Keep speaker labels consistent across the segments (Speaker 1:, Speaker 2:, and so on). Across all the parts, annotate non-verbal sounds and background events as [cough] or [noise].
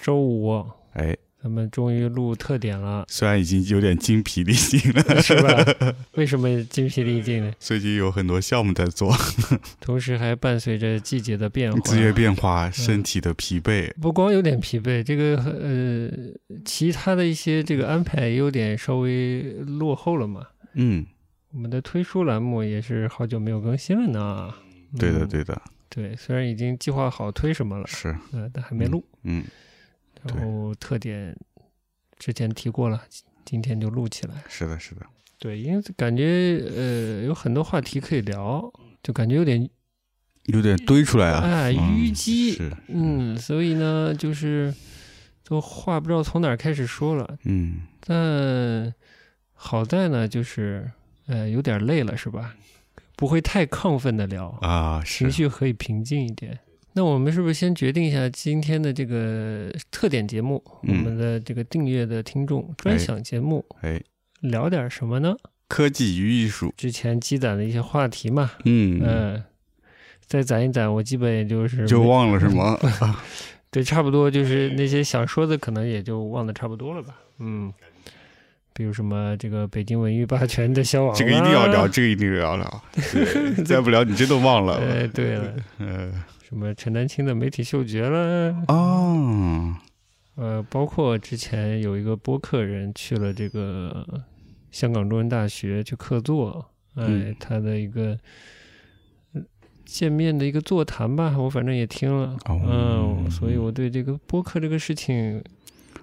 Speaker 1: 周五
Speaker 2: 哎，
Speaker 1: 咱们终于录特点
Speaker 2: [laughs]
Speaker 1: 了，
Speaker 2: 虽然已经有点精疲力尽了， [laughs]
Speaker 1: 是吧？为什么精疲力尽呢？
Speaker 2: 最近有很多项目在 [laughs] 做，
Speaker 1: 同时还伴随着季节的变化。
Speaker 2: 职业变化、身体的疲惫，
Speaker 1: 不光有点疲惫，这个呃，其他的一些这个安排也有点稍微落后了嘛。
Speaker 2: 嗯，
Speaker 1: 我们的推书栏目也是好久没有更新了呢。嗯
Speaker 2: 对的，对的，
Speaker 1: 对，虽然已经计划好推什么了，
Speaker 2: 是，
Speaker 1: 呃，但还没录。
Speaker 2: 嗯，对
Speaker 1: 然后特点之前提过了，今天就录起来。
Speaker 2: 是的，是的，
Speaker 1: 对，因为感觉呃有很多话题可以聊，就感觉有点
Speaker 2: 有点堆出来啊，
Speaker 1: 哎
Speaker 2: 嗯
Speaker 1: 淤积
Speaker 2: 是，
Speaker 1: 嗯，所以呢就是都话不知道从哪儿开始说了。
Speaker 2: 嗯，
Speaker 1: 但好在呢就是呃有点累了是吧？不会太亢奋的聊，
Speaker 2: 啊，
Speaker 1: 情
Speaker 2: 是，
Speaker 1: 绪可以平静一点。那我们是不是先决定一下今天的这个特点节目？我
Speaker 2: 嗯
Speaker 1: 们的这个订阅的听众专
Speaker 2: 哎
Speaker 1: 享节目
Speaker 2: 哎，
Speaker 1: 聊点什么呢？
Speaker 2: 科技与艺术，
Speaker 1: 之前积攒的一些话题嘛，
Speaker 2: 嗯，
Speaker 1: 嗯，再攒一攒，我基本也就是
Speaker 2: 就
Speaker 1: 呃没
Speaker 2: 忘了是吗？ [laughs] 啊
Speaker 1: 对，差不多就是那些想说的，可能也就忘得差不多了吧。嗯，比如什么这个北京文娱霸权的消亡，
Speaker 2: 这个一定要聊，。这个一定要聊， [laughs] 对再不聊你真的忘
Speaker 1: 哎，
Speaker 2: 了，
Speaker 1: 对了，
Speaker 2: 呃，
Speaker 1: 什么陈丹青的媒体嗅觉了，
Speaker 2: 哦，
Speaker 1: 呃，包括之前有一个播客人去了这个香港中文大学去客座，哎，
Speaker 2: 嗯
Speaker 1: 他的一个呃见面的一个座谈吧，我反正也听了，
Speaker 2: 哦
Speaker 1: 嗯，所以我对这个播客这个事情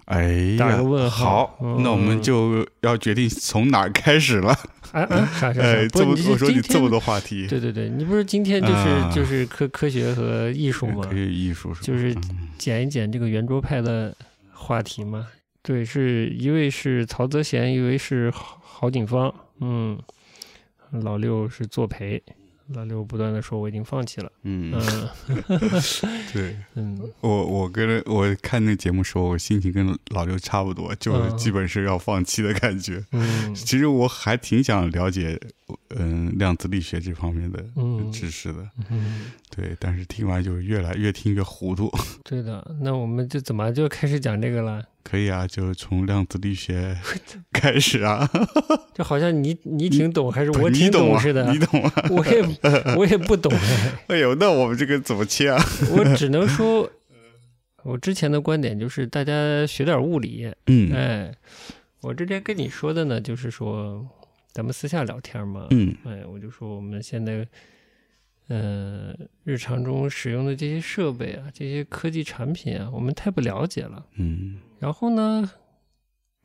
Speaker 2: 哎
Speaker 1: 打
Speaker 2: 呀
Speaker 1: 个，问号
Speaker 2: 好，
Speaker 1: 嗯
Speaker 2: 那我们就要决定从哪儿开始了。
Speaker 1: 啊啊，啥啥啥
Speaker 2: [laughs] 哎，？
Speaker 1: 不
Speaker 2: 这么
Speaker 1: 你是
Speaker 2: 我说
Speaker 1: 今
Speaker 2: 你这么
Speaker 1: 天
Speaker 2: 多话题，
Speaker 1: 对对对，你不是今天就是、
Speaker 2: 啊
Speaker 1: 就是科科学和艺术吗
Speaker 2: 可？以艺术是吧？嗯
Speaker 1: 就是捡一捡这个圆桌派的话题嘛。对，是一位是曹泽贤，一位是郝郝景芳，嗯，老六是作陪，老六不断的说我已经放弃了，
Speaker 2: 嗯，
Speaker 1: 嗯
Speaker 2: 对
Speaker 1: 嗯，
Speaker 2: 我我跟我看那节目时候，我心情跟老刘差不多，就是
Speaker 1: 嗯
Speaker 2: 基本是要放弃的感觉。 [laughs]
Speaker 1: 嗯
Speaker 2: 其实我还挺想了解，嗯，量子力学这方面的
Speaker 1: 嗯
Speaker 2: 知识的，
Speaker 1: 嗯，
Speaker 2: 对。但是听完就是越来越听越糊涂。
Speaker 1: 对的，那我们就怎么就开始讲这个了？
Speaker 2: 可以啊，就是从量子力 [laughs] 学开始啊，
Speaker 1: 就好像你你挺懂还是
Speaker 2: 不
Speaker 1: 我
Speaker 2: 是
Speaker 1: 挺
Speaker 2: 你懂啊
Speaker 1: 似的，
Speaker 2: 你懂啊？
Speaker 1: 我
Speaker 2: [laughs]
Speaker 1: 也我也不懂、哎。
Speaker 2: 哎呦，那我们这个怎么切啊？ [laughs]
Speaker 1: 我只能说，我之前的观点就是大家学点物理。
Speaker 2: 嗯
Speaker 1: 哎，我之前跟你说的呢，就是说咱们私下聊天嘛。
Speaker 2: 嗯
Speaker 1: 哎，我就说我们现在，呃，日常中使用的这些设备啊，这些科技产品啊，我们太不了解了。
Speaker 2: 嗯
Speaker 1: 然后呢，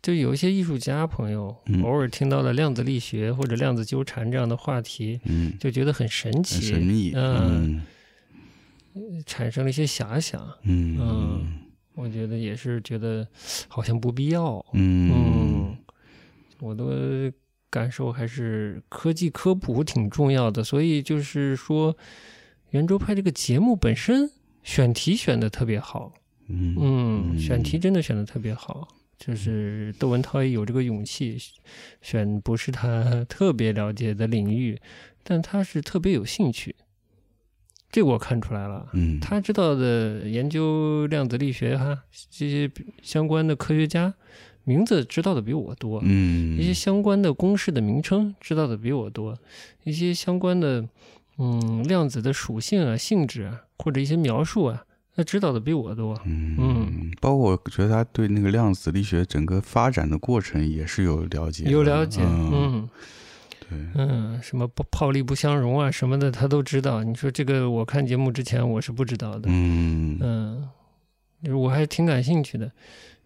Speaker 1: 就有一些艺术家朋友
Speaker 2: 嗯
Speaker 1: 偶尔听到了量子力学或者量子纠缠这样的话题，
Speaker 2: 嗯，
Speaker 1: 就觉得很神
Speaker 2: 很
Speaker 1: 奇，
Speaker 2: 神秘。
Speaker 1: 嗯产生了一些遐想。
Speaker 2: 嗯
Speaker 1: 嗯我觉得也是觉得好像不必要。
Speaker 2: 嗯
Speaker 1: 嗯，我的感受还是科技科普挺重要的，所以就是说，圆桌派这个节目本身选题选的特别好，
Speaker 2: 嗯
Speaker 1: 嗯，
Speaker 2: 嗯
Speaker 1: 选题真的选的特别好。就是窦文涛也有这个勇气，选不是他特别了解的领域，但他是特别有兴趣，这我看出来了。
Speaker 2: 嗯，
Speaker 1: 他知道的研究量子力学哈这些相关的科学家名字知道的比我多，
Speaker 2: 嗯
Speaker 1: 一些相关的公式的名称知道的比我多，一些相关的嗯量子的属性啊、性质啊，或者一些描述啊，他知道的比我多。嗯
Speaker 2: 嗯，包括我觉得他对那个量子力学整个发展的过程也是有了解的，
Speaker 1: 有了解，
Speaker 2: 嗯，
Speaker 1: 嗯
Speaker 2: 对，
Speaker 1: 嗯，什么泡泡利不相容啊什么的，他都知道。你说这个，我看节目之前我是不知道的，
Speaker 2: 嗯
Speaker 1: 嗯，就是我还挺感兴趣的。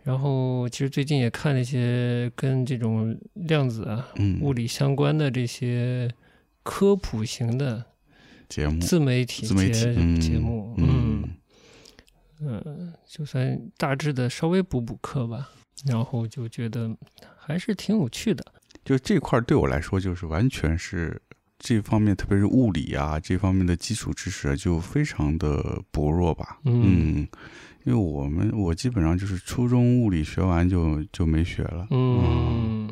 Speaker 1: 然后其实最近也看了一些跟这种量子啊、
Speaker 2: 嗯，
Speaker 1: 物理相关的这些科普型的
Speaker 2: 节目
Speaker 1: 自媒体节
Speaker 2: 嗯自媒体嗯
Speaker 1: 节目，嗯
Speaker 2: 嗯
Speaker 1: 嗯、呃就算大致的稍微补补课吧。然后就觉得还是挺有趣的，
Speaker 2: 就这块儿对我来说就是完全是。这方面，特别是物理啊这方面的基础知识啊就非常的薄弱吧。
Speaker 1: 嗯
Speaker 2: 嗯，因为我们我基本上就是初中物理学完就就没学了。
Speaker 1: 嗯，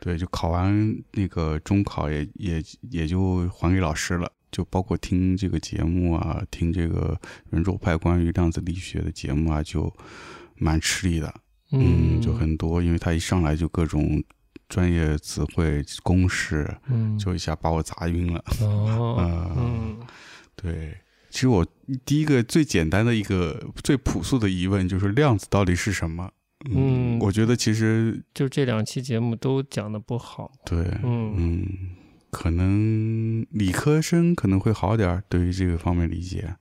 Speaker 2: 对，就考完那个中考也也也就还给老师了，就包括听这个节目啊，听这个圆桌派关于量子力学的节目啊，就蛮吃力的，
Speaker 1: 嗯，
Speaker 2: 就很多，因为他一上来就各种专业词汇、公式，
Speaker 1: 嗯
Speaker 2: 就一下把我砸晕了。
Speaker 1: 哦
Speaker 2: 呃，
Speaker 1: 嗯
Speaker 2: 对，其实我第一个最简单的一个最朴素的疑问就是量子到底是什么？
Speaker 1: 嗯
Speaker 2: 我觉得其实
Speaker 1: 就这两期节目都讲的不好，
Speaker 2: 对，
Speaker 1: 嗯
Speaker 2: 嗯，可能理科生可能会好点儿，对于这个方面理解。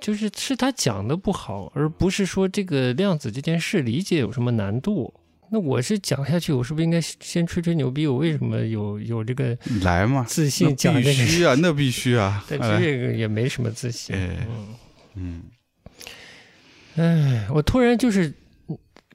Speaker 1: 就是是他讲的不好，而不是说这个量子这件事理解有什么难度。那我是讲下去，我是不是应该先吹吹牛逼？我为什么有有这个
Speaker 2: 来嘛，
Speaker 1: 自
Speaker 2: 那
Speaker 1: 信讲
Speaker 2: 必
Speaker 1: 这个？
Speaker 2: 须啊，那必须啊。
Speaker 1: [laughs] 但
Speaker 2: 哎
Speaker 1: 这个也没什么自信。
Speaker 2: 哎
Speaker 1: 嗯，
Speaker 2: 嗯，
Speaker 1: 哎，我突然就是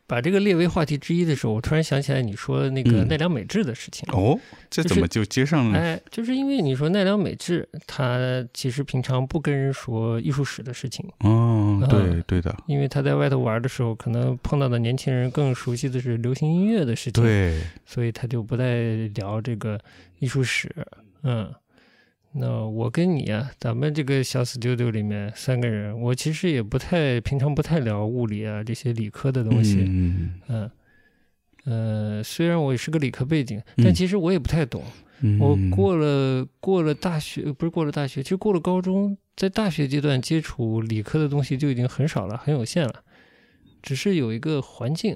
Speaker 1: 把这个列为话题之一的时候，我突然想起来你说那个
Speaker 2: 嗯
Speaker 1: 奈良美智的事情。
Speaker 2: 哦，嗯这
Speaker 1: 就
Speaker 2: 怎
Speaker 1: 是
Speaker 2: 么就接上了呢？
Speaker 1: 哎，就是因为你说奈良美智，他其实平常不跟人说艺术史的事情，
Speaker 2: 哦
Speaker 1: 啊，
Speaker 2: 对对的，
Speaker 1: 因为他在外头玩的时候，可能碰到的年轻人更熟悉的是流行音乐的事情，，
Speaker 2: 对，
Speaker 1: 所以他就不再聊这个艺术史。嗯，那我跟你啊，咱们这个小 studio 里面三个人，我其实也不太平常不太聊物理啊这些理科的东西。
Speaker 2: 嗯
Speaker 1: 嗯，呃，虽然我也是个理科背景，
Speaker 2: 嗯
Speaker 1: 但其实我也不太懂。
Speaker 2: 嗯
Speaker 1: 我过了过了大学，不是过了大学，其实过了高中，在大学阶段接触理科的东西就已经很少了，很有限了。只是有一个环境，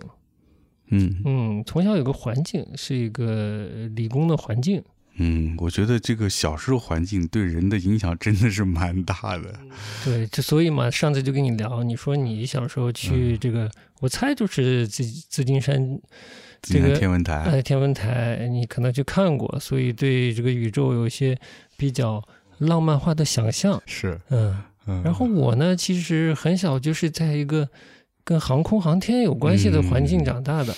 Speaker 2: 嗯
Speaker 1: 嗯，从小有个环境是一个呃理工的环境，
Speaker 2: 嗯，我觉得这个小时候环境对人的影响真的是蛮大的。
Speaker 1: 对，这所以嘛，上次就跟你聊，你说你小时候去
Speaker 2: 嗯
Speaker 1: 这个，我猜就是紫紫金山
Speaker 2: 济南
Speaker 1: 这个
Speaker 2: 天文台，
Speaker 1: 呃天文台，你可能去看过，所以对这个宇宙有一些比较浪漫化的想象，
Speaker 2: 是，
Speaker 1: 嗯。
Speaker 2: 嗯，
Speaker 1: 然后我呢，其实很小就是在一个跟航空航天有关
Speaker 2: 嗯
Speaker 1: 系的环境长大的。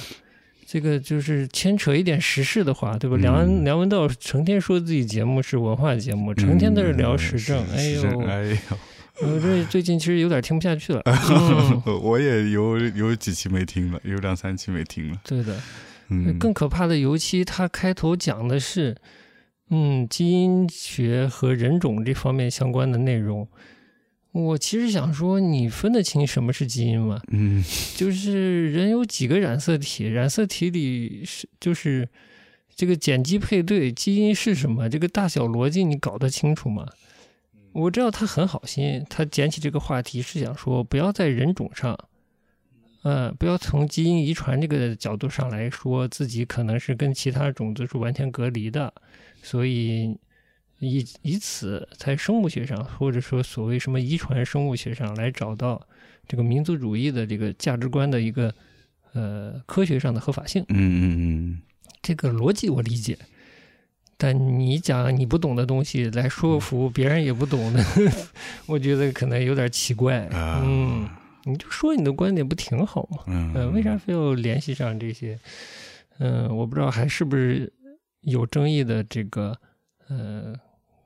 Speaker 1: 这个就是牵扯一点时事的话，对吧？
Speaker 2: 嗯
Speaker 1: 梁安梁文道成天说自己节目是文化节目，
Speaker 2: 嗯
Speaker 1: 成天在这聊时政。
Speaker 2: 是
Speaker 1: 哎
Speaker 2: 时
Speaker 1: 呦，
Speaker 2: 政哎呦，
Speaker 1: 我这最近其实有点听不下去了。嗯
Speaker 2: [laughs] 我也有有几期没听了，有两三期没听了。
Speaker 1: 对的，
Speaker 2: 嗯，
Speaker 1: 呃更可怕的，尤其他开头讲的是，嗯，基因学和人种这方面相关的内容。我其实想说，你分得清什么是基因吗？
Speaker 2: 嗯
Speaker 1: 就是人有几个染色体，染色体里是就是这个碱基配对，基因是什么，这个大小逻辑你搞得清楚吗？我知道他很好心，他捡起这个话题是想说，不要在人种上，呃，不要从基因遗传这个角度上来说自己可能是跟其他种族是完全隔离的，所以以以此在生物学上，或者说所谓什么遗传生物学上来找到这个民族主义的这个价值观的一个呃科学上的合法性。
Speaker 2: 嗯嗯
Speaker 1: 这个逻辑我理解，但你讲你不懂的东西来说
Speaker 2: 嗯
Speaker 1: 服别人也不懂的， [laughs] 我觉得可能有点奇怪。
Speaker 2: 嗯啊
Speaker 1: 嗯，你就说你的观点不挺好吗？
Speaker 2: 嗯，
Speaker 1: 呃，为啥非要联系上这些？嗯、我不知道还是不是有争议的这个呃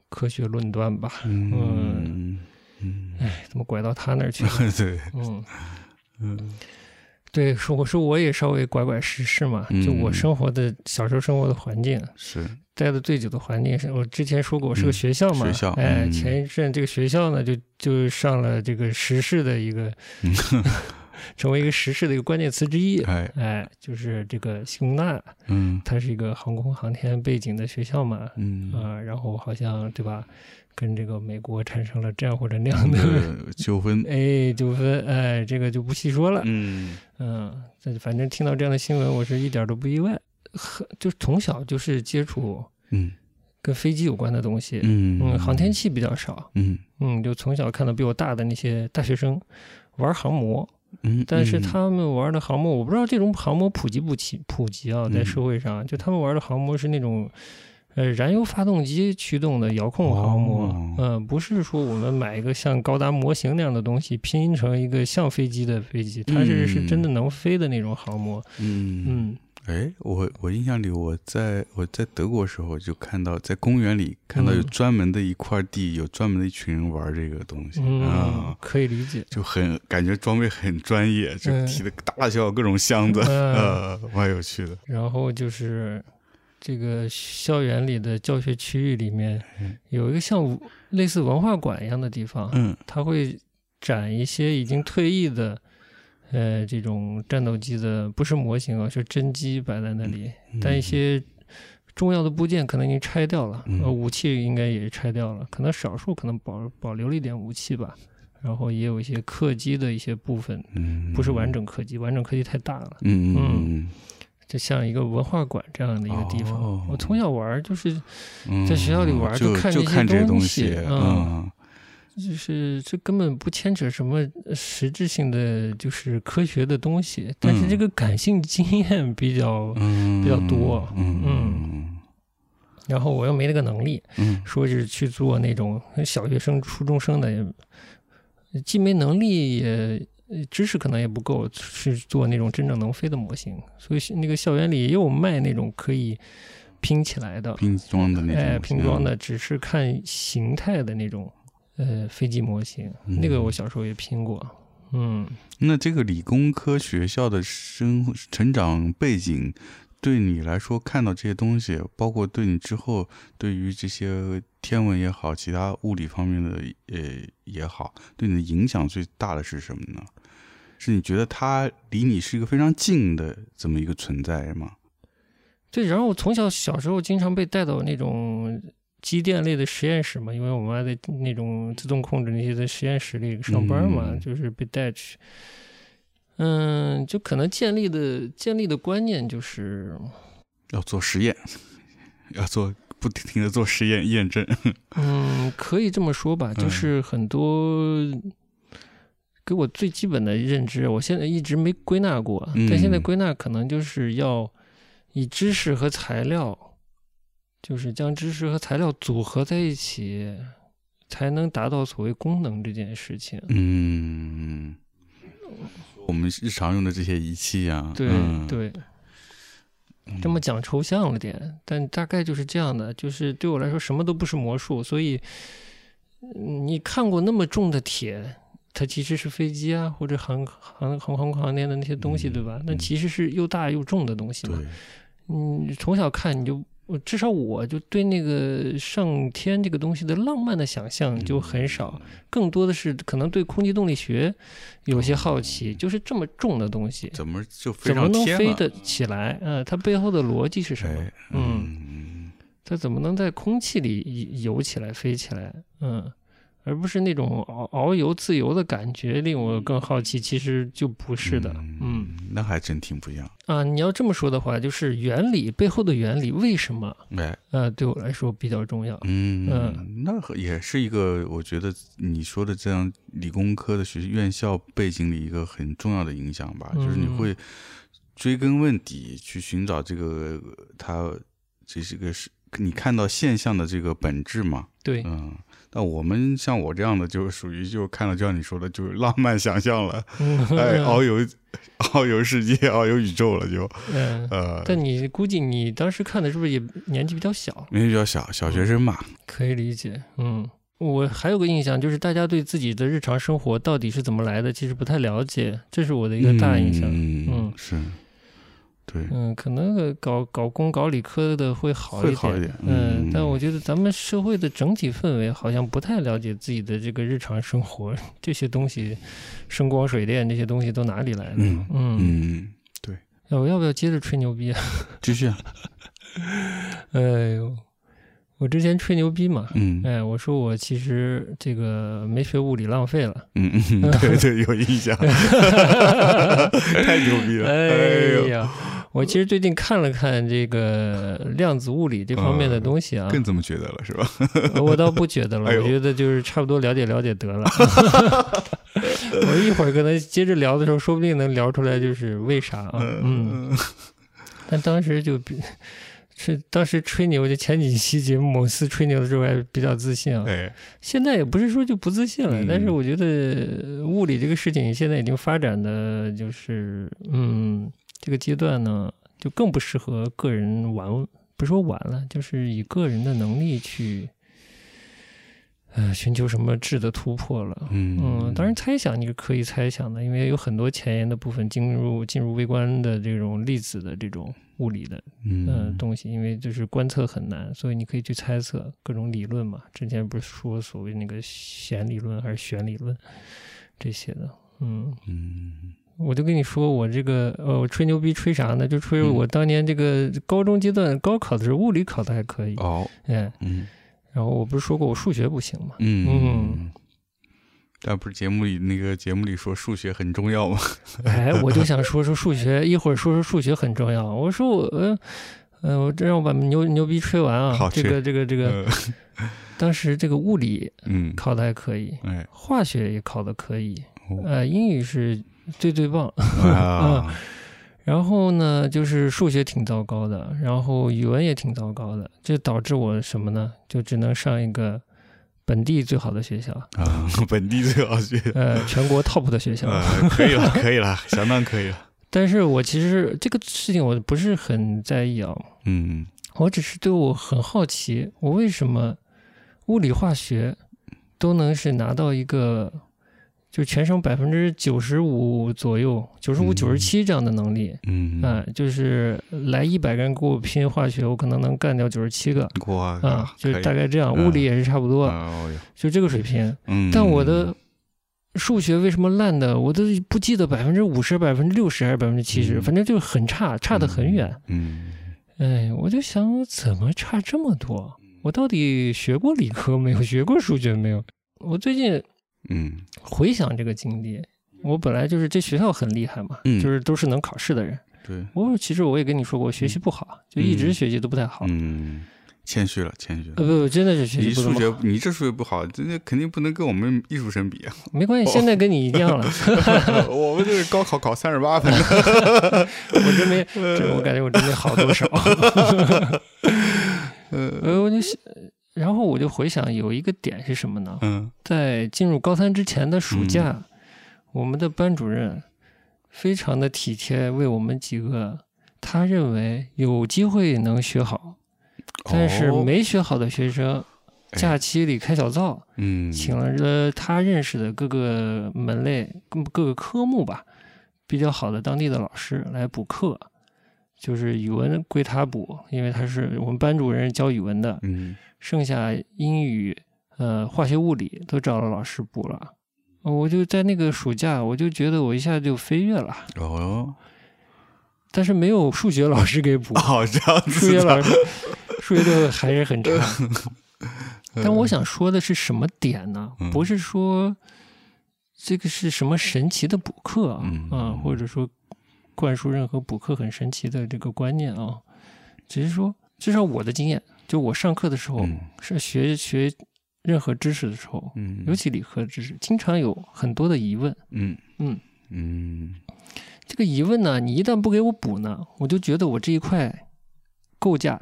Speaker 1: 科学论断吧？
Speaker 2: 嗯
Speaker 1: 呃
Speaker 2: 嗯嗯，
Speaker 1: 怎么拐到他那儿去了？
Speaker 2: [laughs] 对，
Speaker 1: 嗯，
Speaker 2: 嗯
Speaker 1: 对，说我说我也稍微拐拐时事嘛，就我
Speaker 2: 嗯
Speaker 1: 生活的小时候生活的环境，
Speaker 2: 是，
Speaker 1: 待的最久的环境是我之前说过，我是个
Speaker 2: 嗯
Speaker 1: 学校嘛，
Speaker 2: 学校
Speaker 1: 哎，
Speaker 2: 嗯
Speaker 1: 前一阵这个学校呢，就就上了这个时事的一个，
Speaker 2: 嗯
Speaker 1: [laughs]
Speaker 2: [laughs]
Speaker 1: 成为一个时事的一个关键词之一。
Speaker 2: 哎
Speaker 1: 哎，就是这个西工大，
Speaker 2: 嗯
Speaker 1: 它是一个航空航天背景的学校嘛，
Speaker 2: 嗯
Speaker 1: 啊、然后好像对吧，跟这个美国产生了这样或者那样的、 [laughs]
Speaker 2: 呃纠纷，
Speaker 1: 哎纠纷，哎，这个就不细说了。
Speaker 2: 嗯
Speaker 1: 嗯，这反正听到这样的新闻，我是一点儿都不意外，很就是从小就是接触
Speaker 2: 嗯
Speaker 1: 跟飞机有关的东西，
Speaker 2: 嗯
Speaker 1: 嗯，航天器比较少，
Speaker 2: 嗯
Speaker 1: 嗯，就从小看到比我大的那些大学生玩航模，
Speaker 2: 嗯，
Speaker 1: 但是
Speaker 2: 嗯
Speaker 1: 他们玩的航模，我不知道这种航模普及不起普及啊，在
Speaker 2: 嗯
Speaker 1: 社会上，就他们玩的航模是那种。呃，燃油发动机驱动的遥控航模，
Speaker 2: 哦
Speaker 1: 嗯、不是说我们买一个像高达模型那样的东西拼成一个像飞机的飞机，它是是真的能飞的那种航模。
Speaker 2: 嗯
Speaker 1: 嗯
Speaker 2: 哎，我我印象里，我在我在德国时候就看到，在公园里看到有
Speaker 1: 嗯
Speaker 2: 专门的一块地，有专门的一群人玩这个东西
Speaker 1: 嗯
Speaker 2: 啊，，
Speaker 1: 可以理解。
Speaker 2: 就很感觉装备很专业，就
Speaker 1: 嗯
Speaker 2: 提的大小各种箱子，
Speaker 1: 嗯
Speaker 2: 呃，蛮有趣的。
Speaker 1: 然后就是这个校园里的教学区域里面
Speaker 2: 嗯
Speaker 1: 有一个像文类似文化馆一样的地方，
Speaker 2: 嗯
Speaker 1: 它会展一些已经退役的呃这种战斗机的，不是模型啊，是真机摆在那里，
Speaker 2: 嗯
Speaker 1: 但一些重要的部件可能已经拆掉了，
Speaker 2: 嗯
Speaker 1: 呃，武器应该也拆掉了，可能少数可能保保留了一点武器吧，然后也有一些客机的一些部分，
Speaker 2: 嗯
Speaker 1: 不是完，整客机，完整客机太大了，
Speaker 2: 嗯嗯
Speaker 1: 就像一个文化馆这样的一个地方。
Speaker 2: 哦
Speaker 1: 我从小玩儿就是
Speaker 2: 嗯，
Speaker 1: 在学校里玩
Speaker 2: 就
Speaker 1: 就看
Speaker 2: 就
Speaker 1: 这些
Speaker 2: 看这些
Speaker 1: 东西
Speaker 2: 西，
Speaker 1: 嗯
Speaker 2: 嗯
Speaker 1: 就是这根本不牵扯什么实质性的就是科学的东西，但是这个感性经验比较，
Speaker 2: 嗯
Speaker 1: 比较多
Speaker 2: 嗯
Speaker 1: 嗯然后我又没那个能力，
Speaker 2: 嗯
Speaker 1: 说是去做那种小学生、初中生的，也既没能力也。呃知识可能也不够，去做那种真正能飞的模型，所以是那个校园里也有卖那种可以拼起来的，
Speaker 2: 拼装的那种，嗯
Speaker 1: 哎，拼装的，只是看形态的那种，呃，飞机模型，
Speaker 2: 嗯
Speaker 1: 那个我小时候也拼过，嗯，
Speaker 2: 那这个理工科学校的生成长背景，对你来说看到这些东西，包括对你之后对于这些天文也好，其他物理方面的呃也好，对你的影响最大的是什么呢？是你觉得它离你是一个非常近的这么一个存在吗？
Speaker 1: 对。然后我从小小时候经常被带到那种机电类的实验室嘛，因为我妈在那种自动控制那些在实验室里上班嘛，
Speaker 2: 嗯
Speaker 1: 就是被带去。嗯，就可能建立的建立的观念就是，
Speaker 2: 要做实验， [laughs] 要做不停的做实验验证。 [laughs]
Speaker 1: 嗯，可以这么说吧，就
Speaker 2: 嗯
Speaker 1: 是很多给我最基本的认知，我现在一直没归纳过，但现在
Speaker 2: 嗯
Speaker 1: 归纳可能就是要以知识和材料，就是将知识和材料组合在一起，才能达到所谓功能这件事情。
Speaker 2: 嗯，我们日常用的这些仪器啊，
Speaker 1: 对、
Speaker 2: 嗯、
Speaker 1: 对，
Speaker 2: 嗯，
Speaker 1: 这么讲抽象了点，但大概就是这样的。就是对我来说，什么都不是魔术，所以嗯你看过那么重的铁，它其实是飞机啊，或者航航航空航天的那些东西，
Speaker 2: 嗯
Speaker 1: 对吧？那
Speaker 2: 嗯
Speaker 1: 其实是又大又重的东西嘛。
Speaker 2: 对。
Speaker 1: 嗯，从小看你就。我至少我就对那个上天这个东西的浪漫的想象
Speaker 2: 嗯
Speaker 1: 就很少，更多的是可能对空气动力学有些好奇，
Speaker 2: 哦
Speaker 1: 就是这么重的东西
Speaker 2: 怎么就飞
Speaker 1: 怎么
Speaker 2: 上
Speaker 1: 能
Speaker 2: 天
Speaker 1: 飞
Speaker 2: 了？
Speaker 1: 得起来？嗯、它背后的逻辑是什么？
Speaker 2: 哎，
Speaker 1: 嗯
Speaker 2: 嗯
Speaker 1: 它怎么能在空气里游起来、飞起来？嗯，而不是那种遨遨游、自由的感觉，令我更好奇。其实就不是的，嗯，
Speaker 2: 那还真挺不一样。
Speaker 1: 啊，你要这么说的话，就是原理背后的原理为什么？
Speaker 2: 哎，
Speaker 1: 呃，对我来说比较重要。
Speaker 2: 嗯
Speaker 1: 嗯
Speaker 2: 那和也是一个我觉得你说的这样理工科的学院校背景里一个很重要的影响吧，
Speaker 1: 嗯
Speaker 2: 就是你会追根问底去寻找这个呃它这是个是你看到现象的这个本质嘛，
Speaker 1: 对，
Speaker 2: 嗯。那我们像我这样的，就是属于就看到，就像你说的，就是浪漫想象了，
Speaker 1: 嗯
Speaker 2: 哎，遨游， [laughs] 遨游世界，遨游宇宙了，就，
Speaker 1: [laughs] 嗯、
Speaker 2: 呃，
Speaker 1: 但你估计你当时看的是不是也年纪比较小？
Speaker 2: 年纪比较小，小学生嘛，
Speaker 1: 可以理解，嗯。我还有个印象，就是大家对自己的日常生活到底是怎么来的，其实不太了解，这是我的一个大印象。
Speaker 2: 嗯
Speaker 1: 嗯
Speaker 2: 是，对，
Speaker 1: 嗯，可能呃搞搞工搞理科的会好一
Speaker 2: 会
Speaker 1: 点，
Speaker 2: 好一点，
Speaker 1: 嗯，但我觉得咱们社会的整体氛围好像不太了解自己的这个日常生活， [laughs] 这些东西，声光水电这些东西都哪里来的？
Speaker 2: 嗯
Speaker 1: 嗯，
Speaker 2: 嗯，
Speaker 1: 哎我要不要接着吹牛逼啊？ [laughs]
Speaker 2: 继续啊，
Speaker 1: 哎呦，我之前吹牛逼嘛，
Speaker 2: 嗯嗯
Speaker 1: 哎，我说我其实这个没学物理浪费了，
Speaker 2: 嗯，嗯对对，有
Speaker 1: [laughs]
Speaker 2: 印象，太牛逼了，
Speaker 1: 哎
Speaker 2: 哎呦，
Speaker 1: 呀，我其实最近看了看这个量子物理这方面的东西啊，
Speaker 2: 更这么觉得了是吧？
Speaker 1: 我倒不觉得了，
Speaker 2: 哎呦
Speaker 1: 我觉得就是差不多了解了解得了。我一会儿跟他接着聊的时候，说不定能聊出来就是为啥啊？嗯，
Speaker 2: 嗯，
Speaker 1: 但当时就比是当时吹牛，就前几期节目某次吹牛的时候还比较自信啊。
Speaker 2: 哎，
Speaker 1: 现在也不是说就不自信了，
Speaker 2: 嗯
Speaker 1: 但是我觉得物理这个事情现在已经发展的就是嗯，这个阶段呢就更不适合个人玩，不说玩了，就是以个人的能力去。呃，寻求什么质的突破了？嗯，当然猜想你是可以猜想的，因为有很多前沿的部分进入进入微观的这种粒子的这种物理的呃
Speaker 2: 嗯，
Speaker 1: 东西，因为就是观测很难，所以你可以去猜测各种理论嘛。之前不是说所谓那个弦理论还是弦理论这些的，嗯，
Speaker 2: 嗯，
Speaker 1: 我就跟你说，我这个呃，我吹牛逼吹啥呢？就吹
Speaker 2: 嗯
Speaker 1: 我当年这个高中阶段高考的时候，物理考的还可以，
Speaker 2: 哦，
Speaker 1: 哎，
Speaker 2: 嗯
Speaker 1: 然后我不是说过我数学不行
Speaker 2: [laughs]
Speaker 1: 吗？
Speaker 2: 嗯
Speaker 1: 嗯，
Speaker 2: 但不是节目里那个节目里说数学很重要吗？
Speaker 1: 哎，我就想说说数学，一会儿说说数学很重要。我说我呃呃，我这让我把牛牛逼吹完啊
Speaker 2: 好，
Speaker 1: 这
Speaker 2: 吹
Speaker 1: 个这个这个，
Speaker 2: 呃
Speaker 1: 当时这个物理
Speaker 2: 嗯，
Speaker 1: 考的还可以，
Speaker 2: 哎，
Speaker 1: 化学也考的可以，
Speaker 2: 哦
Speaker 1: 呃，英语是最最棒。
Speaker 2: 啊，
Speaker 1: 然后呢，就是数学挺糟糕的，然后语文也挺糟糕的，这导致我什么呢？就只能上一个本地最好的学校，
Speaker 2: 啊，本地最好学，
Speaker 1: 呃，全国 top 的学校。
Speaker 2: 呃，可以 [laughs] 了，可以了，相当可以了。
Speaker 1: 但是我其实这个事情我不是很在意啊，
Speaker 2: 嗯
Speaker 1: 我只是对我很好奇，我为什么物理化学都能是拿到一个就全省百分之九十五左右，九十五、
Speaker 2: 嗯
Speaker 1: 九十七这样的能力。
Speaker 2: 嗯，
Speaker 1: 啊、就是来一百个人给我拼化学，我可能能干掉九十七个，
Speaker 2: 哇，
Speaker 1: 啊，就是大
Speaker 2: 概
Speaker 1: 概这样。
Speaker 2: 嗯
Speaker 1: 物理也是差不多，
Speaker 2: 哦哟，
Speaker 1: 就这个水平。
Speaker 2: 嗯，
Speaker 1: 但我的数学为什么烂的，我都不记得百分之五十、百分之六十还是百分之七十，
Speaker 2: 嗯
Speaker 1: 反正就是很差，差得很远。
Speaker 2: 嗯，
Speaker 1: 哎，我就想怎么差这么多？我到底学过理科没有？学过数学没有？我最近
Speaker 2: 嗯
Speaker 1: 回想这个经历，我本来就是这学校很厉害嘛，
Speaker 2: 嗯
Speaker 1: 就是都是能考试的人。
Speaker 2: 嗯，对，
Speaker 1: 我其实我也跟你说过，我学习不好，就一直
Speaker 2: 嗯
Speaker 1: 学习都不太好。
Speaker 2: 嗯，谦虚了，谦虚了。
Speaker 1: 呃，不不，真的是学习
Speaker 2: 你
Speaker 1: 不怎
Speaker 2: 数
Speaker 1: 么好
Speaker 2: 学，你这数学不好，这这肯定不能跟我们艺术生比
Speaker 1: [laughs]
Speaker 2: 啊！
Speaker 1: 没关系，现在跟你一样
Speaker 2: [laughs]
Speaker 1: 了。
Speaker 2: 我们这是高考考三十
Speaker 1: [laughs]
Speaker 2: 八分，哦
Speaker 1: 我真没，这
Speaker 2: 呃
Speaker 1: 我感觉我真没好多 [laughs]
Speaker 2: [laughs]
Speaker 1: 少。呃，我就想然后我就回想有一个点是什么呢？
Speaker 2: 嗯
Speaker 1: 在进入高三之前的暑假，我们的班主任非常的体贴，为我们几个他认为有机会能学好，但是
Speaker 2: 哦
Speaker 1: 没学好的学生。
Speaker 2: 哎
Speaker 1: 假期里开小灶，
Speaker 2: 嗯，
Speaker 1: 请了他认识的各个门类、各各个科目吧，比较好的当地的老师来补课，就是语文归他补，因为他是我们班主任教语文的，
Speaker 2: 嗯
Speaker 1: 剩下英语、呃化学、物理都找了老师补了。我就在那个暑假，我就觉得我一下就飞跃了，
Speaker 2: 哦，
Speaker 1: 但是没有数学老师给补
Speaker 2: 哦这 [laughs] 样
Speaker 1: 数
Speaker 2: 子
Speaker 1: 学
Speaker 2: 的，
Speaker 1: 老师数学都还是很差。
Speaker 2: [laughs]
Speaker 1: 但我想说的是什么点呢
Speaker 2: 嗯？
Speaker 1: 不是说这个是什么神奇的补课啊，
Speaker 2: 嗯
Speaker 1: 啊或者说灌输任何补课很神奇的这个观念啊，只是说至少我的经验，就我上课的时候、
Speaker 2: 嗯
Speaker 1: 是学学任何知识的时候，
Speaker 2: 嗯，
Speaker 1: 尤其理科知识，经常有很多的疑问。
Speaker 2: 嗯
Speaker 1: 嗯，
Speaker 2: 嗯
Speaker 1: 这个疑问呢，你一旦不给我补呢，我就觉得我这一块构架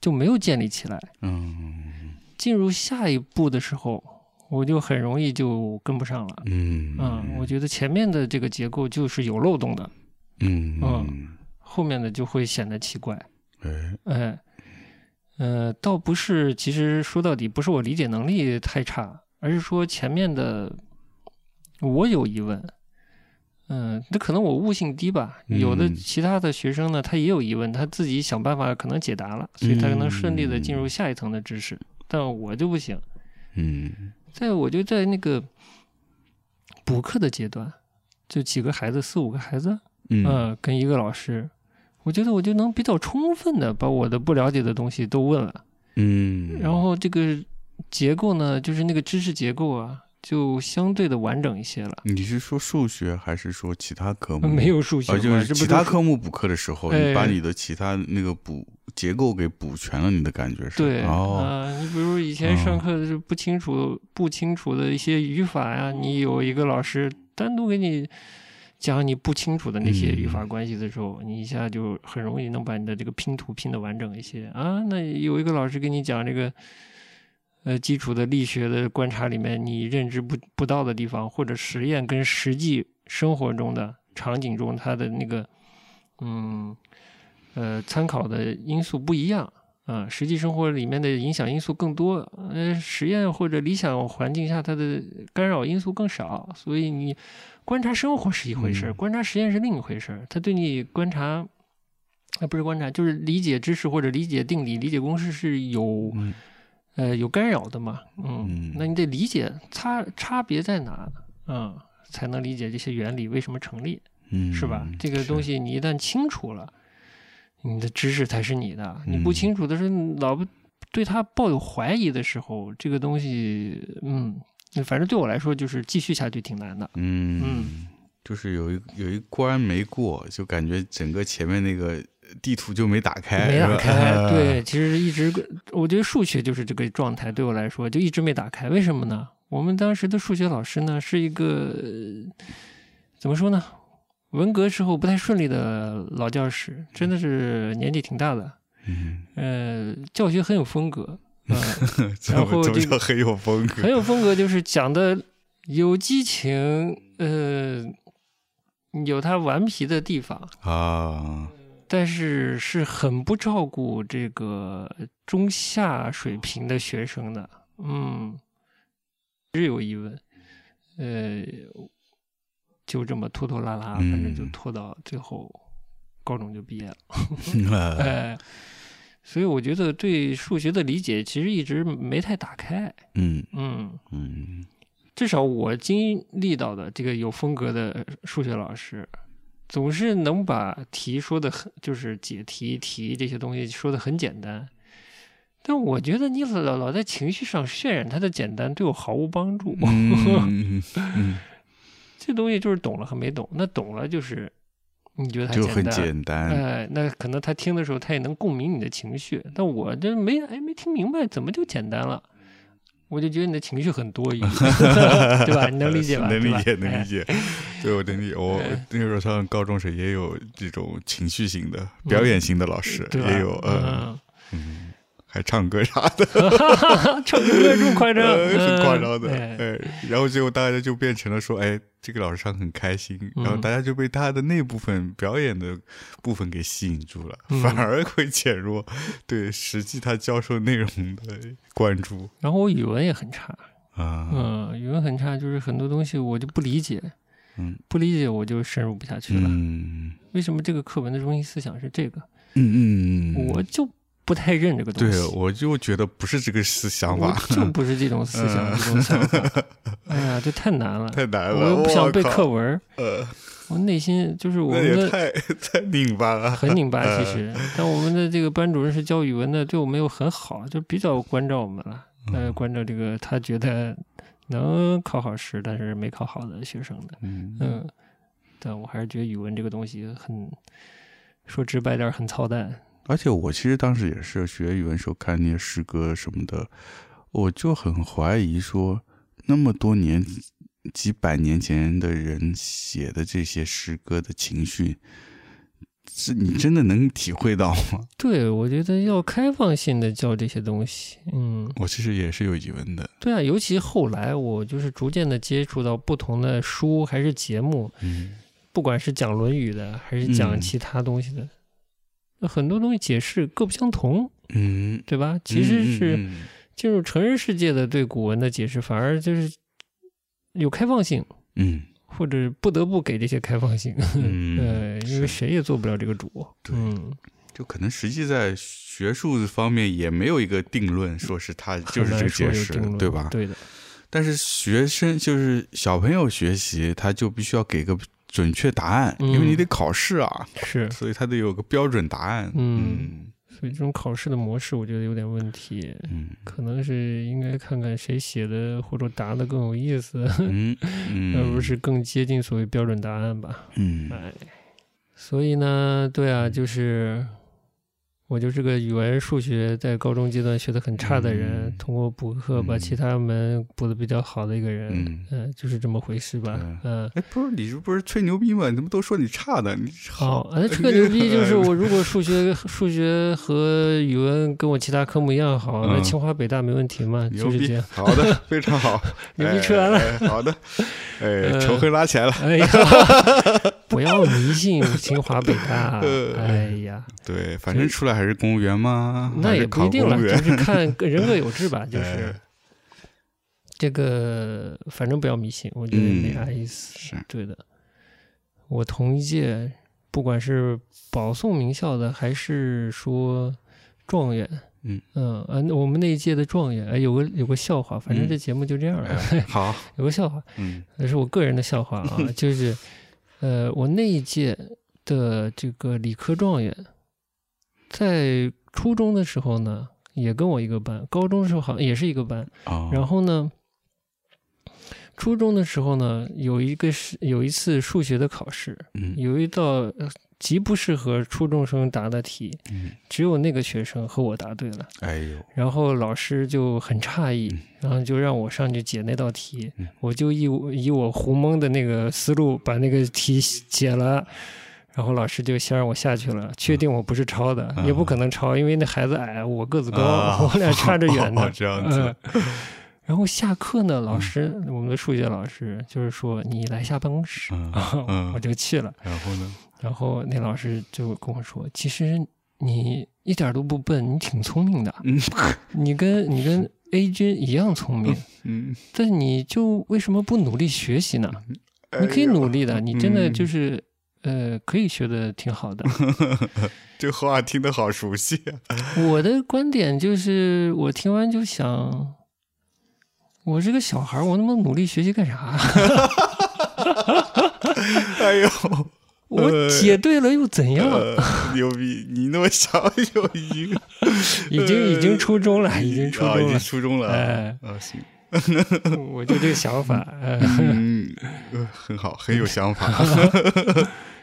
Speaker 1: 就没有建立起来。
Speaker 2: 嗯
Speaker 1: 进入下一步的时候，我就很容易就跟不上了。
Speaker 2: 嗯
Speaker 1: 嗯，我觉得前面的这个结构就是有漏洞的，
Speaker 2: 嗯嗯
Speaker 1: 嗯后面的就会显得奇怪。
Speaker 2: 哎
Speaker 1: 哎，呃，倒不是，其实说到底不是我理解能力太差，而是说前面的我有疑问。嗯，那可能我悟性低吧。
Speaker 2: 嗯
Speaker 1: 有的其他的学生呢，他也有疑问，他自己想办法可能解答了，所以他可能顺利的进入下一层的知识。但我就不行，
Speaker 2: 嗯
Speaker 1: 在我就在那个补课的阶段，就几个孩子，四五个孩子，
Speaker 2: 嗯
Speaker 1: 嗯，跟一个老师，我觉得我就能比较充分的把我的不了解的东西都问了，
Speaker 2: 嗯，
Speaker 1: 然后这个结构呢，就是那个知识结构啊，就相对的完整一些了。
Speaker 2: 你是说数学还是说其他科目？
Speaker 1: 没。有数学
Speaker 2: 啊，
Speaker 1: 嘛，
Speaker 2: 就
Speaker 1: 这
Speaker 2: 是
Speaker 1: 不
Speaker 2: 其
Speaker 1: 都
Speaker 2: 他
Speaker 1: 是
Speaker 2: 科目补课的时候，你
Speaker 1: 哎
Speaker 2: 把你的其他那个补结构给补全了，你的感觉是？
Speaker 1: 对啊、
Speaker 2: 哦，
Speaker 1: 你比如以前
Speaker 2: 哦
Speaker 1: 上课的时候不清楚、不清楚的一些语法呀、你有一个老师单独给你讲你不清楚的那些
Speaker 2: 嗯
Speaker 1: 语法关系的时候，你一下就很容易能把你的这个拼图拼的完整一些啊。那有一个老师给你讲这个。呃，基础的力学的观察里面，你认知不不到的地方，或者实验跟实际生活中的场景中它的那个，嗯，呃，参考的因素不一样，啊，实际生活里面的影响因素更多，呃，实验或者理想环境下它的干扰因素更少，所以你观察生活是一回事儿，
Speaker 2: 嗯
Speaker 1: 观察实验是另一回事儿。它对你观察，呃，不是观察，就是理解知识或者理解定理、理解公式是有呃
Speaker 2: 嗯
Speaker 1: 呃有干扰的嘛，嗯，
Speaker 2: 嗯
Speaker 1: 那你得理解差差别在哪，嗯，才能理解这些原理为什么成立，
Speaker 2: 嗯，
Speaker 1: 是吧？这个东
Speaker 2: 西，
Speaker 1: 西你一旦清楚了，你的知识才是你的。你不
Speaker 2: 嗯
Speaker 1: 清楚的时候，你老不对它抱有怀疑的时候，这个东西，嗯，反正对我来说就是继续下去挺难的。
Speaker 2: 嗯
Speaker 1: 嗯
Speaker 2: 就是有一有一关没过，就感觉整个前面那个地图就没打开，
Speaker 1: 没
Speaker 2: 哎是
Speaker 1: 打
Speaker 2: 吧呃
Speaker 1: 开，对，，其实一直我觉得数学就是这个状态，对我来说就一直没打开。为什么呢？我们当时的数学老师呢是一个呃怎么说呢？文革时候不太顺利的老教师，真的是年纪挺大的，
Speaker 2: 嗯，
Speaker 1: 呃，教学很有风格，嗯、[laughs]
Speaker 2: 怎
Speaker 1: 然后
Speaker 2: 么怎么
Speaker 1: 这个
Speaker 2: 叫很有风格？
Speaker 1: 很有风格，就是讲的有激情，呃，有他顽皮的地方，
Speaker 2: 啊，
Speaker 1: 但是是很不照顾这个中下水平的学生的，嗯，是有疑问，呃，就这么拖拖拉拉，
Speaker 2: 嗯
Speaker 1: 反正就拖到最后，高中就毕业了， [laughs] 哎、所以我觉得对数学的理解其实一直没太打开，
Speaker 2: [laughs] 嗯
Speaker 1: 嗯， [laughs]
Speaker 2: 嗯
Speaker 1: 至少我经历到的这个有风格的数学老师，总是能把题说的很，就是解题、题这些东西说的很简单。但我觉得你老老在情绪上渲染它的简单，对我毫无帮助。
Speaker 2: 嗯，嗯
Speaker 1: 这东西就是懂了和没懂，那懂了就是你觉得它
Speaker 2: 就很
Speaker 1: 单。
Speaker 2: 简单，
Speaker 1: 哎，那可能他听的时候，他也能共鸣你的情绪，但我这没哎没听明白，怎么就简单了？我就觉得你的情绪很多余，
Speaker 2: [laughs]
Speaker 1: 对吧？你能理解吧？
Speaker 2: 能
Speaker 1: 对吧
Speaker 2: 理解，能理
Speaker 1: 哎
Speaker 2: 解。对，我能理解。我
Speaker 1: 哎
Speaker 2: 那个时候上高中时也有这种情绪型的、
Speaker 1: 嗯
Speaker 2: 表演型的老师，
Speaker 1: 对吧？
Speaker 2: 也有，嗯，
Speaker 1: 嗯，
Speaker 2: 还唱歌啥的。
Speaker 1: 啊唱歌这么夸张，
Speaker 2: 呃 [laughs] 很夸
Speaker 1: 嗯
Speaker 2: 张的，
Speaker 1: 哎
Speaker 2: 哎，然后结果大家就变成了说，哎，这个老师上很开心，然后
Speaker 1: 嗯
Speaker 2: 大家就被他的那部分表演的部分给吸引住了，
Speaker 1: 嗯
Speaker 2: 反而会减弱对实际他教授内容的关注
Speaker 1: 然后我语文也很差，
Speaker 2: 啊，
Speaker 1: 嗯，语文很差，就是很多东西我就不理解，
Speaker 2: 嗯
Speaker 1: 不理解我就深入不下去了。
Speaker 2: 嗯
Speaker 1: 为什么这个课文的中心思想是这个？
Speaker 2: 嗯嗯，嗯
Speaker 1: 我就不太认这个东西。
Speaker 2: 对我就觉得不是这个思想
Speaker 1: 我
Speaker 2: 法，嗯
Speaker 1: 就不是这种思想，这种想法。哎呀，这太难了，
Speaker 2: [laughs] 太难
Speaker 1: 我
Speaker 2: 了，
Speaker 1: 又不想背
Speaker 2: 哎靠
Speaker 1: 课，文儿，
Speaker 2: 呃，
Speaker 1: 我内心就是我
Speaker 2: 那
Speaker 1: 们
Speaker 2: 也
Speaker 1: 的
Speaker 2: 太太呃拧巴了， [laughs]
Speaker 1: 很拧巴，其实。但我们的这个班主任是教语文的，对我们又很好，就比较关照我们了。
Speaker 2: 嗯
Speaker 1: 呃，关照这个他觉得能考好试，但是没考好的学生的，
Speaker 2: 嗯
Speaker 1: 嗯。但我还是觉得语文这个东西很，说直白点儿很操蛋。
Speaker 2: 而且我其实当时也是学语文时候看那些诗歌什么的，我就很怀疑说，那么多年几百年前的人写的这些诗歌的情绪，是你真的能体会到
Speaker 1: 嗯
Speaker 2: 吗？
Speaker 1: 对，我觉得要开放性的教这些东西，嗯。
Speaker 2: [laughs] 我其实也是有疑问的，
Speaker 1: 对啊，尤其后来我就是逐渐的接触到不同的书还是节目，
Speaker 2: 嗯
Speaker 1: 不管是讲《论语》的，还是讲
Speaker 2: 嗯
Speaker 1: 其他东西的，那很多东西解释各不相同，
Speaker 2: 嗯，
Speaker 1: 对吧？其实是
Speaker 2: 嗯
Speaker 1: 进入成人世界的对古文的解释，反而就是有开放性，
Speaker 2: 嗯
Speaker 1: 或者不得不给这些开放性。 [laughs]
Speaker 2: 嗯
Speaker 1: 呃，因为
Speaker 2: 是
Speaker 1: 谁也做不了这个主。
Speaker 2: 对
Speaker 1: 嗯，
Speaker 2: 就可能实际在学术方面也没有一个定论，说是他就是
Speaker 1: 很
Speaker 2: 这个
Speaker 1: 难说有
Speaker 2: 解释
Speaker 1: 定，论
Speaker 2: 对吧？
Speaker 1: 对的，
Speaker 2: 但是学生就是小朋友学习，他就必须要给个准确答案，
Speaker 1: 嗯
Speaker 2: 因为你得考试啊，
Speaker 1: 是。
Speaker 2: 所以他得有个标准答案。
Speaker 1: 嗯所以这种考试的模式，我觉得有点问题。
Speaker 2: 嗯
Speaker 1: 可能是应该看看谁写的或者答的更有意思，
Speaker 2: 嗯
Speaker 1: [laughs]
Speaker 2: 嗯，
Speaker 1: 而不是更接近所谓标准答案吧。
Speaker 2: 嗯
Speaker 1: 哎，所以呢，对啊，就是我就是个语文、数学在高中阶段学的很差的人，
Speaker 2: 嗯
Speaker 1: 通过补课把
Speaker 2: 嗯
Speaker 1: 其他门补的比较好的一个人，
Speaker 2: 嗯。
Speaker 1: 嗯、就是这么回事吧。嗯，
Speaker 2: 哎，不是你这不是吹牛逼吗？你怎么都说你差的？你好，
Speaker 1: 好，呃，这个牛逼就是我如果数学、数学和语文跟我其他科目一样好，那
Speaker 2: 嗯
Speaker 1: 清华北大没问题嘛，
Speaker 2: 牛
Speaker 1: 就是这
Speaker 2: [laughs] 逼，
Speaker 1: 样。
Speaker 2: 好的，非常好，
Speaker 1: [laughs] 牛逼吹完了
Speaker 2: 哎哎
Speaker 1: [laughs]
Speaker 2: 好的，哎，
Speaker 1: 呃
Speaker 2: 仇恨拉起来了。
Speaker 1: 哎呀， [laughs] 不要迷信清华北
Speaker 2: [laughs]
Speaker 1: 大。
Speaker 2: 呃
Speaker 1: 哎呀，
Speaker 2: 对，反正出来还是公务员嘛，
Speaker 1: 那
Speaker 2: 还
Speaker 1: 也
Speaker 2: 是
Speaker 1: 不一
Speaker 2: 考
Speaker 1: 定
Speaker 2: 公
Speaker 1: 了，
Speaker 2: 务
Speaker 1: 就
Speaker 2: 员。
Speaker 1: 是看个人各有志吧。就是
Speaker 2: [laughs] 哎
Speaker 1: 这个，反正不要迷信，我觉得也没
Speaker 2: 嗯
Speaker 1: 啥意思。
Speaker 2: 是
Speaker 1: 对的，我同一届，不管是保送名校的，还是说状元，
Speaker 2: 嗯
Speaker 1: 嗯啊，那我们那一届的状元，哎，有个有个笑话，反正
Speaker 2: 嗯
Speaker 1: 这节目就这样了。[laughs]
Speaker 2: 哎呀好，
Speaker 1: 有个笑话，
Speaker 2: 嗯
Speaker 1: 那是我个人的笑话啊，就是，呃，我那一届的这个理科状元，在初中的时候呢，也跟我一个班，高中的时候好像也是一个班，
Speaker 2: 啊，
Speaker 1: 然后呢，初中的时候呢，有一个是有一次数学的考试，
Speaker 2: 嗯
Speaker 1: 有一道呃极不适合初中生答的题，
Speaker 2: 嗯，
Speaker 1: 只有那个学生和我答对了。
Speaker 2: 哎呦，
Speaker 1: 然后老师就很诧异
Speaker 2: 嗯，
Speaker 1: 然后就让我上去解那道题
Speaker 2: 嗯，
Speaker 1: 我就以我以我胡蒙的那个思路把那个题解了。然后老师就先让我下去了，确定我不是抄的，
Speaker 2: 嗯
Speaker 1: 也不可能抄，因为那孩子矮，我个子高，
Speaker 2: 啊
Speaker 1: [laughs] 我俩差着远呢
Speaker 2: 哦。 [laughs] 这样子，嗯
Speaker 1: 嗯。然后下课呢，老师，我们的数学老师就是说你来下办公室，
Speaker 2: 嗯
Speaker 1: 啊
Speaker 2: 嗯
Speaker 1: [laughs] 我就去了。
Speaker 2: 然后呢？
Speaker 1: 然后那老师就跟我说，其实你一点都不笨，你挺聪明的，
Speaker 2: 嗯
Speaker 1: 你跟你跟 A 君一样聪明，
Speaker 2: 嗯，
Speaker 1: 但你就为什么不努力学习呢？
Speaker 2: 哎
Speaker 1: 你可以努力的，你真的
Speaker 2: 嗯
Speaker 1: 就是。呃，可以学的挺好
Speaker 2: [laughs]
Speaker 1: 的。
Speaker 2: 这话听得好熟悉啊！
Speaker 1: 我的观点就是，我听完就想，我是个小孩儿，我那么努力学习干啥？
Speaker 2: [laughs] 哎
Speaker 1: [laughs]
Speaker 2: 呦，
Speaker 1: 我解对了又怎样？
Speaker 2: 呃牛逼！你那么小就已
Speaker 1: [laughs]
Speaker 2: 经
Speaker 1: 已经已经初中了，哎已经初
Speaker 2: 呃啊已
Speaker 1: 中
Speaker 2: 经
Speaker 1: 了。
Speaker 2: 初中了啊
Speaker 1: 哎，
Speaker 2: 啊行，
Speaker 1: 我就这个想法，呃
Speaker 2: 嗯，呃很好，很有想法。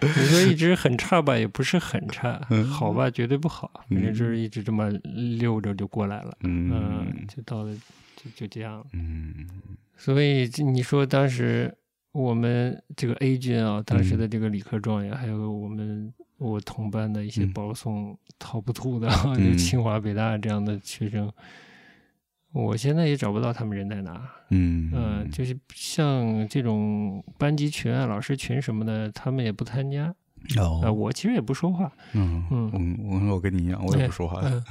Speaker 1: 你说一直很差吧，也不是很差；
Speaker 2: 嗯
Speaker 1: 好吧，绝对不好。反正就是一直这么溜着就过来了， [laughs] 嗯
Speaker 2: 嗯，
Speaker 1: 就到了，就就这样了。
Speaker 2: 嗯
Speaker 1: 所以这你说当时我们这个 A 君啊，当时的这个理科状元，还有我们我同班的一些
Speaker 2: 嗯
Speaker 1: 保送逃不吐 [laughs] 的，
Speaker 2: 嗯
Speaker 1: 就清华北大这样的学生，我现在也找不到他们人在哪。
Speaker 2: 嗯
Speaker 1: 嗯，就是像这种班级群啊、老师群什么的，他们也不参加。啊、
Speaker 2: 哦，
Speaker 1: 我其实也不说话。
Speaker 2: 嗯
Speaker 1: 嗯
Speaker 2: 我我我跟你一样，我也不说话。
Speaker 1: 嗯、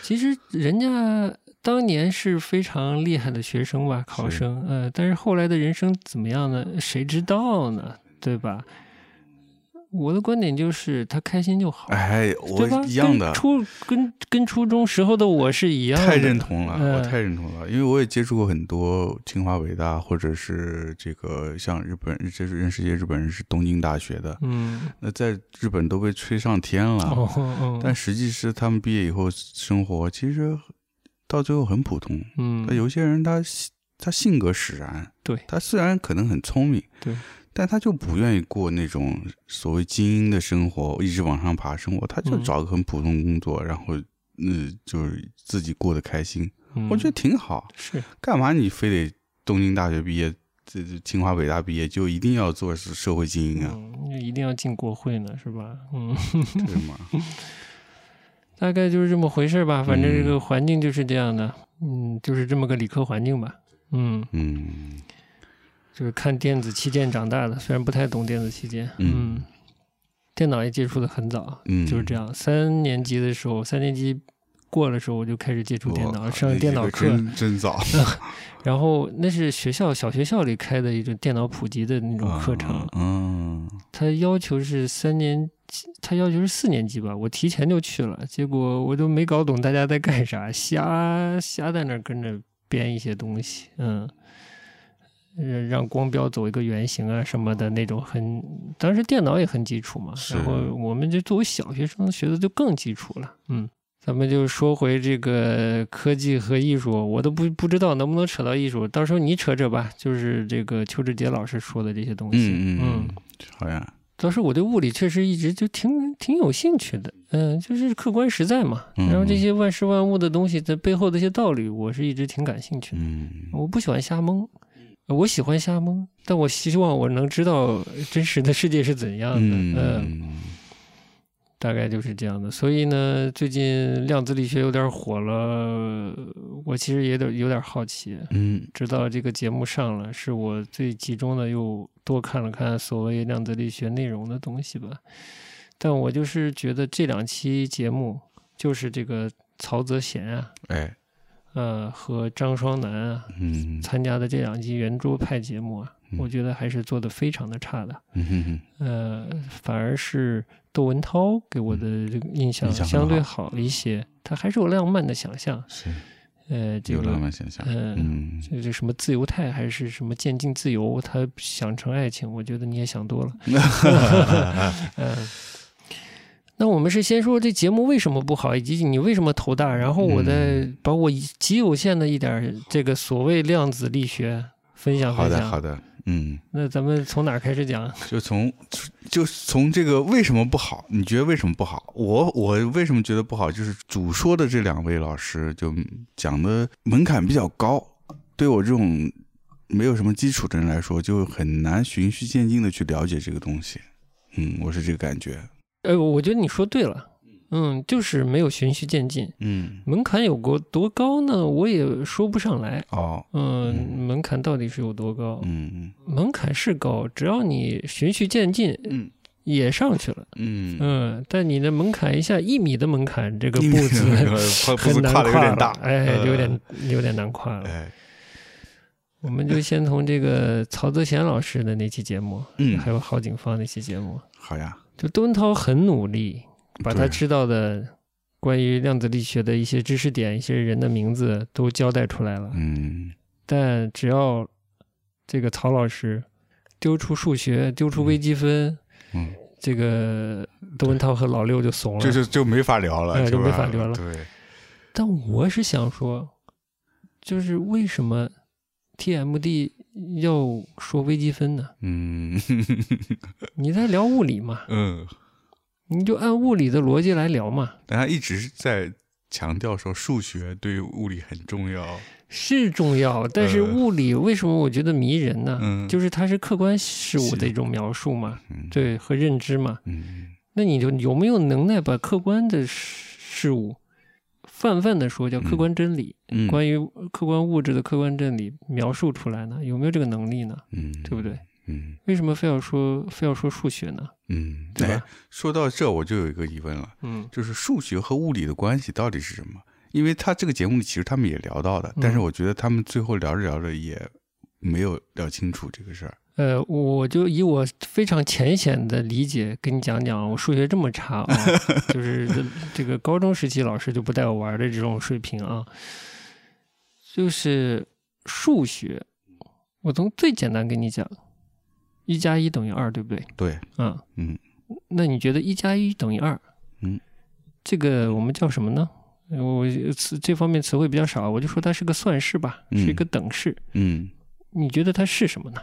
Speaker 1: 其实人家当年是非常厉害的学生吧，考
Speaker 2: 是
Speaker 1: 生。呃，但是后来的人生怎么样呢？谁知道呢？对吧？我的观点就是，他开心就好，
Speaker 2: 哎，我
Speaker 1: 对吧？
Speaker 2: 一样的
Speaker 1: 跟，初跟跟初中时候的我是一样的。
Speaker 2: 太认同了，我
Speaker 1: 嗯
Speaker 2: 太认同了，因为我也接触过很多清华、北大，或者是这个像日本，就是认识一些日本人是东京大学的，
Speaker 1: 嗯，
Speaker 2: 那在日本都被吹上天了，
Speaker 1: 哦哦，
Speaker 2: 但实际是他们毕业以后生活其实到最后很普通。
Speaker 1: 嗯，
Speaker 2: 那有些人他性他性格使然，
Speaker 1: 对
Speaker 2: 他虽然可能很聪明，
Speaker 1: 对，
Speaker 2: 但他就不愿意过那种所谓精英的生活，一直往上爬生活，他就
Speaker 1: 嗯
Speaker 2: 找个很普通工作，然后嗯，就是自己过得开心，
Speaker 1: 嗯
Speaker 2: 我觉得挺好。
Speaker 1: 是
Speaker 2: 干嘛你非得东京大学毕业，这这清华北大毕业就一定要做是社会精英啊？
Speaker 1: 嗯，一定要进国会呢，是吧？嗯，
Speaker 2: 对吗？
Speaker 1: 大概就是这么回事吧。反正这
Speaker 2: 嗯
Speaker 1: 个环境就是这样的，嗯，就是这么个理科环境吧。嗯，
Speaker 2: 嗯
Speaker 1: 就是看电子器件长大的，虽然不太懂电子器件，
Speaker 2: 嗯
Speaker 1: 嗯，电脑也接触的很早，
Speaker 2: 嗯，
Speaker 1: 就是这。样。三年级的时候，三年级过了时候，我就开始接触电
Speaker 2: 我靠
Speaker 1: 脑，上
Speaker 2: 那
Speaker 1: 电
Speaker 2: 一
Speaker 1: 脑
Speaker 2: 个
Speaker 1: 课，
Speaker 2: 真真早，
Speaker 1: 然后那是学校小学校里开的一种电脑普及的那种
Speaker 2: 啊
Speaker 1: 课程，
Speaker 2: 嗯，嗯
Speaker 1: 他要求是三年级，他要求是四年级吧，我提前就去了，结果我都没搞懂大家在干啥， [laughs] 瞎瞎在那儿跟着编一些东西，嗯，呃让光标走一个圆形啊什么的那种很，当时电脑也很基础嘛，
Speaker 2: 是
Speaker 1: 然后我们就作为小学生学的就更基础了，嗯。咱们就说回这个科技和艺术，我都不不知道能不能扯到艺术，到时候你扯扯吧。就是这个邱志杰老师说的这些东西，
Speaker 2: 嗯
Speaker 1: 嗯
Speaker 2: 嗯，好呀，
Speaker 1: 当时我对物理确实一直就挺挺有兴趣的，嗯，就是客观实在嘛。
Speaker 2: 嗯
Speaker 1: 然后这些万事万物的东西在背后的一些道理，我是一直挺感兴趣的。
Speaker 2: 嗯，
Speaker 1: 我不喜欢瞎蒙，呃我喜欢瞎蒙，但我希望我能知道真实的世界是怎样的。嗯、
Speaker 2: 嗯
Speaker 1: 大概就是这样的。所以呢，最近量子力学有点火了，我其实也有点有点好奇。
Speaker 2: 嗯
Speaker 1: 直到这个节目上了，是我最集中的又多看了看所谓量子力学内容的东西吧。但我就是觉得这两期节目就是这个曹泽贤啊，
Speaker 2: 哎，
Speaker 1: 呃和张双楠啊
Speaker 2: 嗯
Speaker 1: 参加的这两期圆桌派节目啊，
Speaker 2: 嗯
Speaker 1: 我觉得还是做的非常的差的。
Speaker 2: 嗯哼哼，
Speaker 1: 呃，反而是窦文涛给我的这个印象
Speaker 2: 嗯印象很
Speaker 1: 相对
Speaker 2: 好
Speaker 1: 好一些，他还是有浪漫的想象。
Speaker 2: 是
Speaker 1: 呃，这
Speaker 2: 有浪
Speaker 1: 个
Speaker 2: 漫现象，
Speaker 1: 嗯
Speaker 2: 嗯
Speaker 1: 这这什么自由态还是什么渐进自由，他想成爱情，我觉得你也想多了。
Speaker 2: [laughs]
Speaker 1: 嗯，那我们是先说这节目为什么不好，以及你为什么头大，然后我再
Speaker 2: 嗯
Speaker 1: 把我极有限的一点儿这个所谓量子力学分享
Speaker 2: 好
Speaker 1: 分
Speaker 2: 的
Speaker 1: 享。
Speaker 2: 好的，嗯，
Speaker 1: 那咱们从哪儿开始讲？ [laughs]
Speaker 2: 就从就从这个为什么不好？你觉得为什么不好？我我为什么觉得不好？就是主说的这两位老师就讲的门槛比较高，对我这种没有什么基础的人来说，就很难循序渐进的去了解这个东西。嗯，我是这个感觉。
Speaker 1: 呃，我觉得你说对了，嗯，就是没有循序渐进，
Speaker 2: 嗯，
Speaker 1: 门槛有过多高呢？我也说不上来。
Speaker 2: 哦，
Speaker 1: 嗯，
Speaker 2: 嗯
Speaker 1: 门槛到底是有多高？
Speaker 2: 嗯
Speaker 1: 门槛是高，只要你循序渐进，
Speaker 2: 嗯
Speaker 1: 也上去了。
Speaker 2: 嗯嗯，
Speaker 1: 嗯，但你的门槛一下一米的门槛，这个
Speaker 2: 一
Speaker 1: 步
Speaker 2: 米 [laughs]
Speaker 1: 子 [laughs]
Speaker 2: 步子
Speaker 1: 很难
Speaker 2: 跨的有
Speaker 1: 跨
Speaker 2: 点
Speaker 1: 了
Speaker 2: 大，
Speaker 1: 哎，
Speaker 2: 呃
Speaker 1: 有点有点难跨了。
Speaker 2: 哎，
Speaker 1: 我们就先从这个曹泽贤老师的那期节目，
Speaker 2: 嗯，
Speaker 1: 还有郝景芳那期节目，
Speaker 2: 好呀，
Speaker 1: 就窦文涛很努力，把他
Speaker 2: 对
Speaker 1: 知道的关于量子力学的一些知识点、一些人的名字都交代出来了。
Speaker 2: 嗯
Speaker 1: 但只要这个曹老师丢出数学、丢出微积分，
Speaker 2: 嗯，
Speaker 1: 这个窦文涛和老六就怂了。
Speaker 2: 这就就没法聊了，
Speaker 1: 哎
Speaker 2: 是
Speaker 1: 就没
Speaker 2: 吧
Speaker 1: 法聊了
Speaker 2: 对，
Speaker 1: 但我是想说，就是为什么 TMD 要说微积分呢？
Speaker 2: 嗯 [laughs]
Speaker 1: 你在聊物理嘛，
Speaker 2: 嗯。
Speaker 1: 你就按物理的逻辑来聊嘛。
Speaker 2: 但他一直是在强调说数学对物理很重要。
Speaker 1: 是重要，但是
Speaker 2: 呃
Speaker 1: 物理为什么我觉得迷人呢？
Speaker 2: 嗯
Speaker 1: 就是它是客观事物的
Speaker 2: 是
Speaker 1: 一种描述嘛，
Speaker 2: 嗯，，
Speaker 1: 对和认知嘛。
Speaker 2: 嗯
Speaker 1: 那你就有没有能耐把客观的事事物，泛泛的说叫客观真理，
Speaker 2: 嗯，
Speaker 1: 关于客观物质的客观真理描述出来呢？有没有这个能力呢？
Speaker 2: 嗯，
Speaker 1: 对不对？
Speaker 2: 嗯
Speaker 1: 为什么非要说非要说数学呢？
Speaker 2: 嗯，
Speaker 1: 对
Speaker 2: 哎
Speaker 1: 吧，？
Speaker 2: 说到这我就有一个疑问了，
Speaker 1: 嗯
Speaker 2: 就是数学和物理的关系到底是什么？因为他这个节目里其实他们也聊到的，但是
Speaker 1: 嗯
Speaker 2: 我觉得他们最后聊着聊着也没有聊清楚这个事儿。
Speaker 1: 呃，我就以我非常浅显的理解跟你讲讲，我数学这么差
Speaker 2: [laughs]
Speaker 1: 啊，就是这这个高中时期老师就不带我玩的这种水平啊，就是数学，我从最简单跟你讲，一加一等于二，对不对？
Speaker 2: 对，
Speaker 1: 啊，
Speaker 2: 嗯，
Speaker 1: 那你觉得一加一等于二？
Speaker 2: 嗯，
Speaker 1: 这个我们叫什么呢？呃我词这方面词汇比较少，我就说它是个算式吧，
Speaker 2: 嗯
Speaker 1: 是一个等式。
Speaker 2: 嗯
Speaker 1: 你觉得它是什么呢？